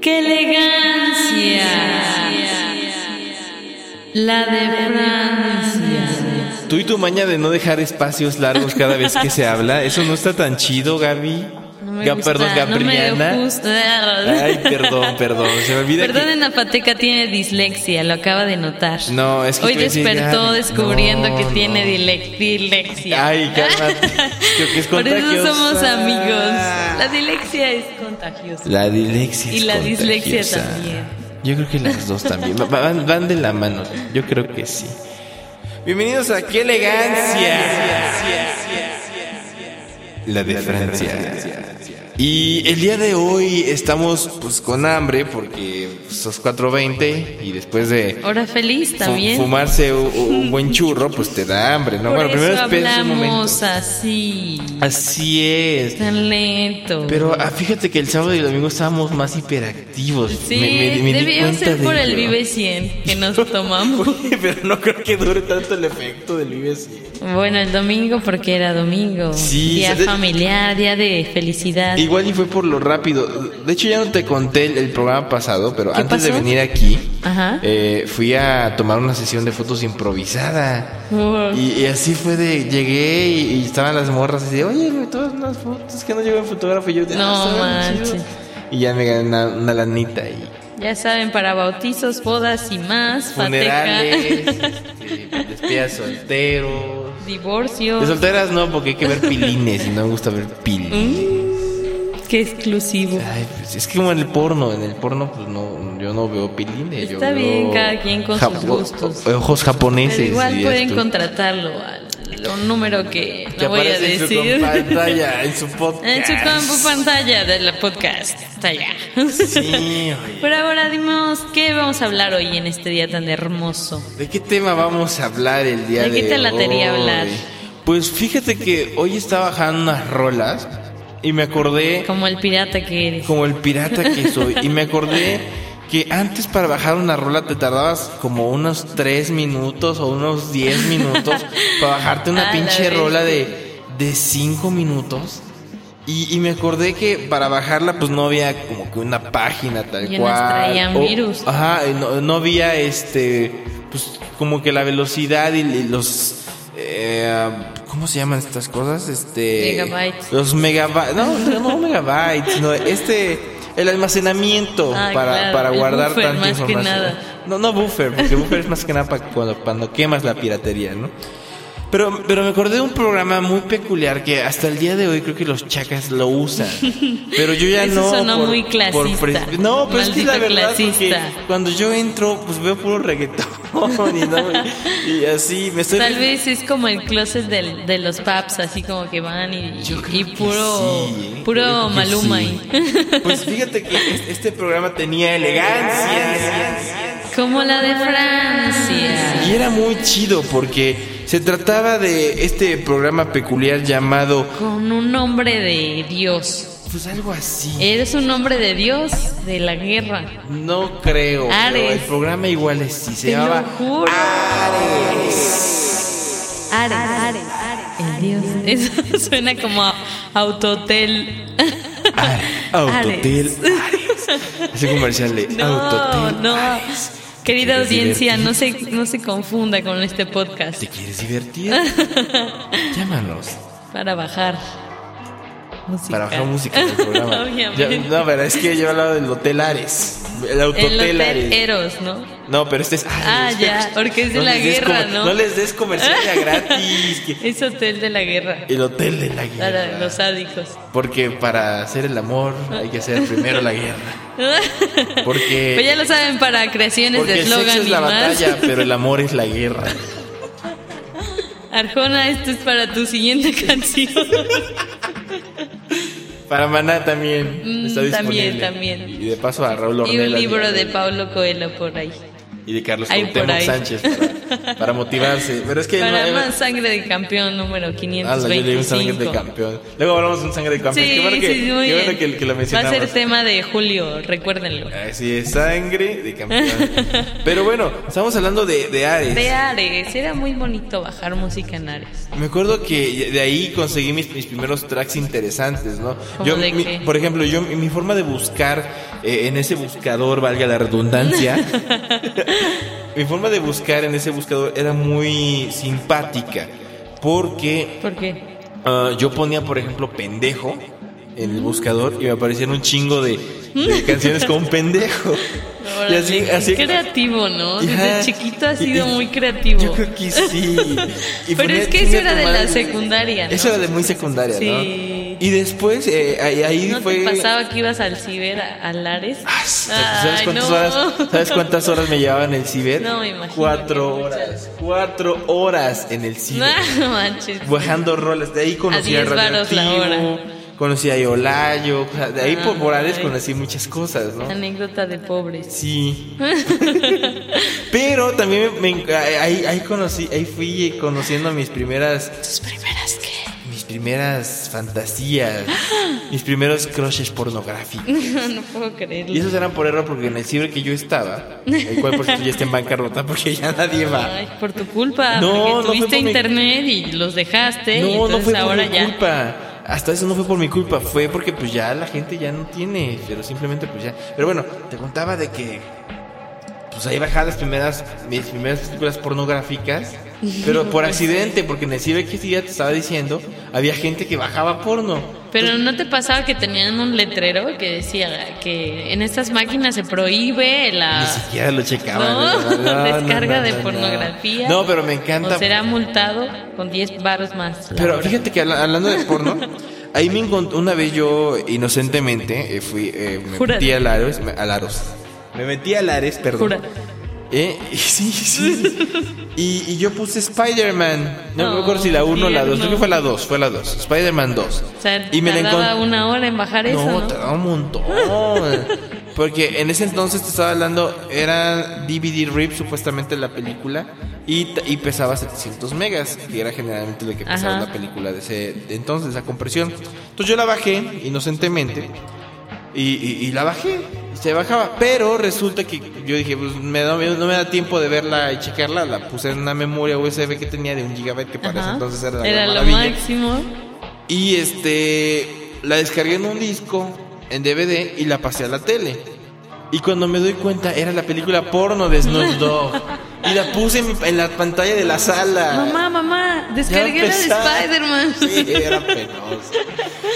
¡Qué elegancia! La de Francia. Tú y tu maña de no dejar espacios largos cada vez que se habla, eso no está tan chido, Gaby. No me Ga- gusta, perdón, no me Gabriana. gusta. Ay, perdón, perdón. Se me olvida. que- Perdonen a Pateca, tiene dislexia, lo acaba de notar. No, es que Hoy estoy así, despertó Gaby. descubriendo No, que tiene no. dile- dilexia. Ay, cálmate. Creo que es Por eso contagiosa. somos amigos. La dilexia es contagiosa. La dilexia. Y es la dislexia contagiosa. también. Yo creo que las dos también. Va- Van, van de la mano. Yo creo que sí. Bienvenidos a Qué elegancia. La de Francia. Y el día de hoy estamos pues con hambre porque pues, sos 4.20 y después de Hora feliz fu- también. fumarse u- u- un buen churro pues te da hambre, ¿no? Por eso espera un momento. hablamos así. Así es. Tan lento. Pero ah, fíjate que el sábado y el domingo estábamos más hiperactivos. Sí, di debió cuenta ser de por el ello. Vive 100 que nos tomamos. Oye, Pero no creo que dure tanto el efecto del Vive 100. bueno, el domingo porque era domingo. Sí, día se- familiar, día de felicidad. Igual y fue por lo rápido. De hecho, ya no te conté el, el programa pasado, pero ¿Qué antes de pasó? ¿Ah? venir aquí, Ajá. eh, fui a tomar una sesión de fotos improvisada. Wow. Y, y así fue de, llegué y, y estaban las morras así de, oye, me todas unas fotos que no llegó el fotógrafo y yo de, No está bien chido". manches. Y ya me gané una, una lanita y Ya saben, para bautizos, bodas y más, funerales, pateca, este, despedidas solteros. De divorcios. solteras no, porque hay que ver pilines y no me gusta ver Mm. pilines. Qué exclusivo. Ay, pues, es que como en el porno, en el porno pues no, yo no veo pilines. yo Está bien, veo cada quien con sus japo- gustos. Ojos japoneses. Pero igual dirías pueden tú. contratarlo al al número que Que no voy a aparece en su decir. pantalla, en su podcast. En su compu pantalla de la podcast. Está allá. Sí, oye. Pero ahora dimos qué vamos a hablar hoy en este día tan hermoso. ¿De qué tema vamos a hablar el día ¿De de, qué te latería hoy? hablar? Pues fíjate que hoy estaba bajando unas rolas y me acordé Como el pirata que eres. como el pirata que soy y me acordé que antes para bajar una rola te tardabas como unos 3 minutos o unos 10 minutos para bajarte A una Ah, la pinche vez. rola de, de 5 minutos. Y, y me acordé que para bajarla pues no había como que una página tal Y cual. unas traían o- virus. Ajá, y no, no había este, pues como que la velocidad y, y los... eh, ¿Cómo se llaman estas cosas? Este... Megabytes. Los megabytes. No, no, no megabytes. No, este. El almacenamiento Ah, para, claro, para el guardar buffer, tanta más que información. nada. No, no buffer, porque buffer es más que nada para cuando, cuando quemas la piratería, ¿no? Pero, pero me acordé de un programa muy peculiar que hasta el día de hoy creo que los chacas lo usan. Pero yo ya Eso no. sonó muy clasista. pres- no, pero es que la Maldito verdad. porque clasista. Cuando yo entro, pues veo puro reggaetón y, no- y así me estoy. Tal vez es como el closet del- de los paps, así como que van y, y puro, sí, ¿eh? Yo creo puro que maluma sí. ahí. Pues fíjate que es- este programa tenía elegancia. como la de Francia. Y era muy chido porque se trataba de este programa peculiar llamado Con un nombre de Dios. pues algo así. Eres un hombre de Dios de la guerra. No creo, pero Ares. el programa igual es sí, se Te lo llamaba juro. Ares. Ares. El Dios. Eso suena como a autotel. Autotel Ares. Ese comercial de No, Autotel. no. Querida Quieres audiencia, no se, no se confunda con este podcast. ¿Te quieres divertir? Llámanos Para bajar música. para bajar música del programa. Obviamente. Ya- no, pero es que yo hablaba del Hotel Ares. El El Autotel hotel Ares. Eros, ¿no? No, pero este es. Ah, ya, porque es de la les des guerra, comer- ¿no? No les des comercial ya gratis. que- Es hotel de la guerra. El hotel de la Para guerra. los sádicos. Porque para hacer el amor hay que hacer primero la guerra. Porque- Pues ya lo saben, para creaciones Porque de el sexo eslogan es y la más. batalla, pero el amor es la guerra. Arjona, esto es para tu siguiente canción. Para Maná también. Mm, está disponible. también, también. Y de paso a Raúl Y Ornelas. un libro a- de Pablo Coelho por ahí. Y de Carlos Ay, por Cuauhtémoc ahí. Sánchez. Para, para motivarse. Pero es que. Para no- eh, más sangre de campeón número Ah, la- yo leí un sangre de 525. campeón. Luego hablamos de un sangre de campeón. Sí, qué bueno que, sí, muy qué bueno bien. que, que lo Va a mencionamos. ser este. tema de julio, recuérdenlo. Así es, sangre de campeón. Pero bueno, estamos hablando de, de Ares. De Ares, era muy bonito bajar música en Ares. Me acuerdo que de ahí conseguí mis, mis primeros tracks interesantes, ¿no? ¿Cómo Yo, de mi- qué? por ejemplo, yo mi forma de buscar eh, en ese buscador, valga la redundancia, mi forma de buscar en ese buscador era muy simpática, porque ¿Por qué? ah, yo ponía, por ejemplo, pendejo en el buscador y me aparecían un chingo de, de canciones con pendejo. Y así, Órale, así qué creativo, ¿no? Desde Ajá. chiquito has Y- sido y- muy creativo. Yo creo que sí. Y Pero ponía, es que "Chinga eso era tu de la madre". secundaria, ¿no? Eso era de muy secundaria, ¿no? Sí. Y después, eh, ahí, ahí ¿No fue. te pasaba que ibas al ciber a, al Ares? Ah, ¿Sabes Ay, cuántas, no. horas, ¿Sabes cuántas horas me llevaban en el ciber? No, me imagino Cuatro que horas. Cuatro horas en el ciber. No manches. Bajando roles. De ahí conocí a, A 10 varos la Radioactivo, hora. Ah, conocí a Iolayo. o sea, De ahí por Morales Ay. conocí muchas cosas, ¿no? Anécdota de pobres. Sí. Pero también me- me- ahí, ahí conocí, ahí fui conociendo mis primeras ¿Tus primeras qué? mis primeras fantasías, mis primeros crushes pornográficos. no puedo creerlo. Y esos eran por error porque en el ciber que yo estaba, el cual por cierto ya está en bancarrota porque ya nadie va. Ay, por tu culpa, No, porque no fue tuviste por mi- internet y los dejaste y No, no entonces fue por ahora mi ya. culpa. Hasta eso no fue por mi culpa, fue porque pues ya la gente ya no tiene, pero simplemente pues ya. Pero bueno, te contaba de que pues ahí bajaba las primeras mis primeras películas pornográficas, pero por accidente, porque en el ciber que ya te estaba diciendo, había gente que bajaba porno. Pero ¿no te pasaba que tenían un letrero que decía que en estas máquinas se prohíbe Ni la siquiera lo checaban. no, descarga de no, no. pornografía? No, pero me encanta. O será multado con 10 baros más. Pero fíjate que habla- hablando de porno, ahí me encontré una vez yo inocentemente eh, fui, eh, me Jura. metí a Laros, me- a Laros. Me metí a Lares, perdón. Jura. Eh, y sí, sí. Y, y yo puse Spider-Man. No me Oh, acuerdo si la 1 o la 2. Creo tierno. que fue la 2. Fue la 2. Spider-Man 2. O sea, y me la tardaba encontré. una hora en bajar eso, No, ¿no? te daba un montón. Porque en ese entonces te estaba hablando, era DVD RIP supuestamente la película y, t- y pesaba 700 megas, que era generalmente lo que pesaba Ajá. la película de ese de entonces, esa compresión. Entonces yo la bajé inocentemente y, y- y la bajé, y se bajaba, pero resulta que yo dije, pues me da- no me da tiempo de verla y checarla, la puse en una memoria USB que tenía de un gigabyte que para ese Ajá. entonces era la Era gran lo maravilla. máximo. Y este la descargué en un disco, en DVD, y la pasé a la tele. Y cuando me doy cuenta, era la película porno de Snoop Dogg. Y la puse en, mi- en la pantalla de la sala. Mamá, mamá, Ah. Ya descargué la de empezaba. Spider-Man. Sí, era penoso.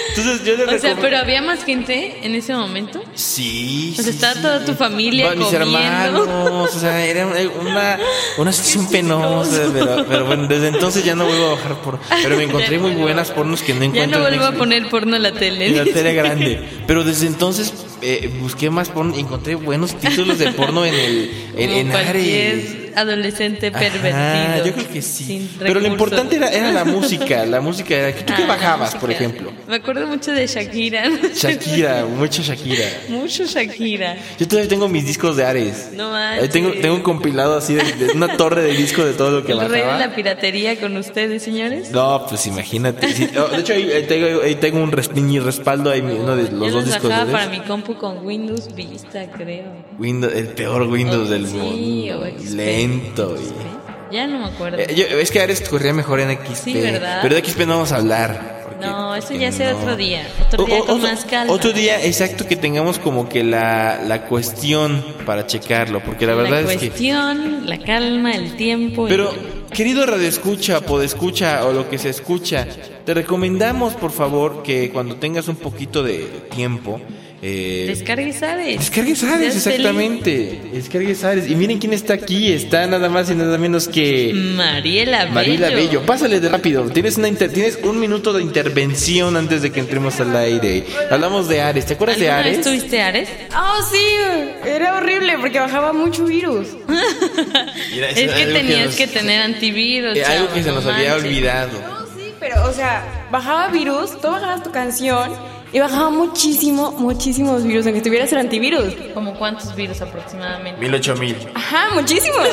Entonces yo le O sea, recomendé- pero había más gente en ese momento. Sí. O sea, sí, estaba sí. toda tu familia Va- Mis comiendo. hermanos. O sea, era una, una, una situación penosa. Pero, pero bueno, desde entonces ya no vuelvo a bajar por. Pero me encontré muy buenas pornos que no encuentro. Ya no en vuelvo a Xvideos. poner porno en la tele. Y la tele grande. Pero desde entonces eh, busqué más porno y encontré buenos títulos de porno en el en, Como en cualquier Ares. adolescente Ajá, pervertido. yo creo que sí. sin Pero lo recursos. importante era, era la música. La música era. ¿Tú Ah, qué la bajabas, por música. ejemplo? Me acuerdo mucho de Shakira. Shakira, mucha Shakira. mucho Shakira. Yo todavía tengo mis discos de Ares. No Ahí manches. Eh, tengo, tengo un compilado así de, de una torre de discos de todo lo que El rey de bajaba. la piratería con ustedes, señores. No, pues imagínate. Sí, oh, de hecho, ahí, ahí tengo, ahí tengo un res- mini respaldo ahí, uno de los Yo dos los discos de bajaba Ares. para mi compu con Windows Vista, creo. Windows, el peor Windows Oh, del sí, mundo. o XP. Lento. y- Ya no me acuerdo. Eh, yo- es que Ares corría mejor en XP. Sí, ¿verdad? Pero de XP no vamos a hablar. porque- No, eso porque ya será no. otro día. Otro O- día o- con otro- más calma. Otro día exacto que tengamos como que la, la cuestión para checarlo. Porque la verdad es que. cuestión, la calma, el tiempo. y- Pero, querido Radio Escucha, Podescucha o lo que se escucha, te recomendamos, por favor, que cuando tengas un poquito de tiempo. eh, Descargues, ¿sabes? Descargues Ares, Seas feliz. exactamente. Descargues Ares. Y miren quién está aquí. Está nada más y nada menos que Mariela Bello. Mariela Bello. Pásale de rápido. Tienes, una inter- tienes un minuto de intervención antes de que entremos al aire. Hablamos de Ares. ¿Te acuerdas de ¿Alguna vez Ares? tuviste Ares? Oh, sí, era horrible porque bajaba mucho virus. Mira, eso es que algo tenías nos- que, tener antivirus. eh, algo que se chavo, nos no había manches. olvidado. No, sí, pero, o sea, bajaba virus, tú bajabas tu canción Y bajaba muchísimo, muchísimos virus, aunque tuvieras el antivirus. ¿Como cuántos virus aproximadamente? Mil ocho mil. Ajá, muchísimos.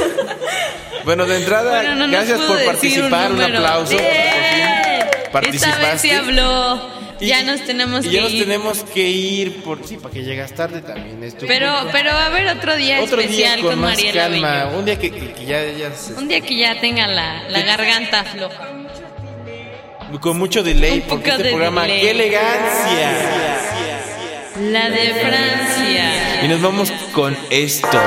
Bueno, de entrada, Bueno, no nos gracias pudo por decir participar. Un, número. aplauso. ¡Bien! Esta Participaste. vez sí habló. Y- ya nos tenemos y que ya nos ir. tenemos que ir por sí, para que llegas tarde también. Esto Pero, pero va a haber otro día otro especial día con, más Mariela calma, Bello. un día que, que- que ya, ya se- Un día que ya tenga la, la garganta floja. con mucho delay Un porque poco este de programa delay. qué elegancia. La de Francia. Y nos vamos con esto.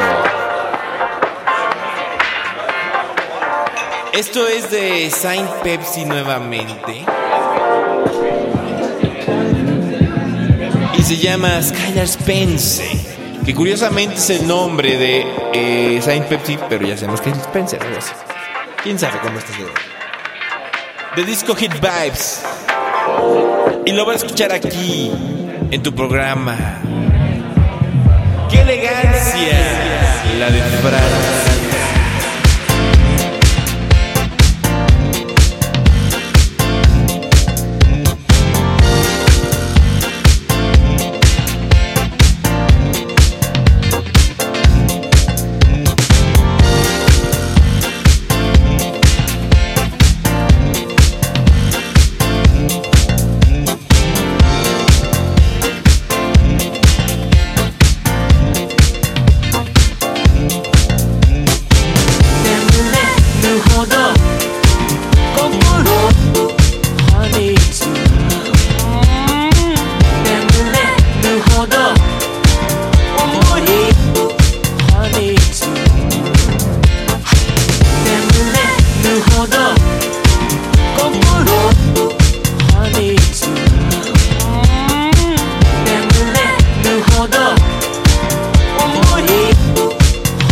Esto es de Saint Pepsi nuevamente. Y se llama Skylar Spence. Que curiosamente es el nombre de eh, Saint Pepsi, pero ya sabemos que es Spencer. algo así. ¿Quién sabe cómo está seguro? De Disco Hit Vibes. Y lo vas a escuchar aquí, en tu programa. ¡Qué elegancia! La de Francia. 「眠れぬほど心をハニーズ」「眠れぬほど思いをハニーズ」「眠れぬほど心をハニーズ」「眠れぬほど思いを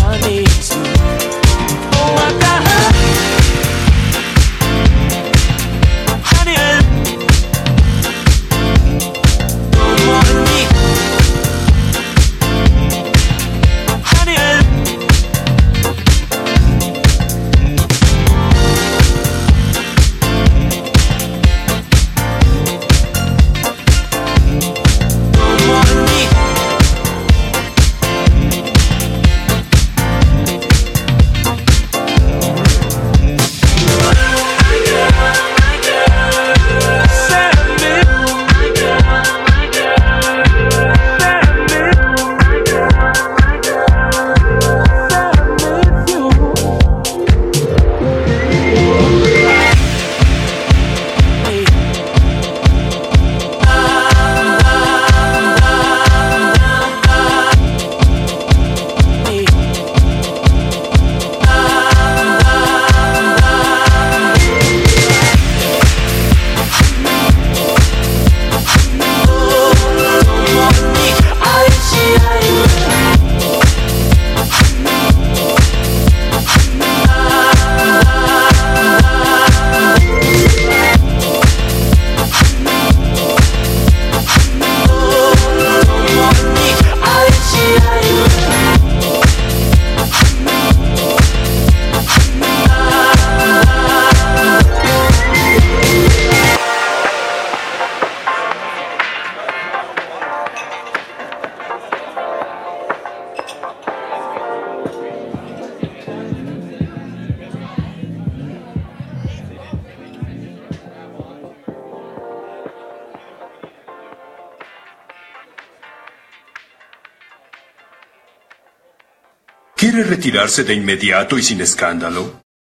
ハニーズ」Yeah. ¿Quiere retirarse de inmediato y sin escándalo?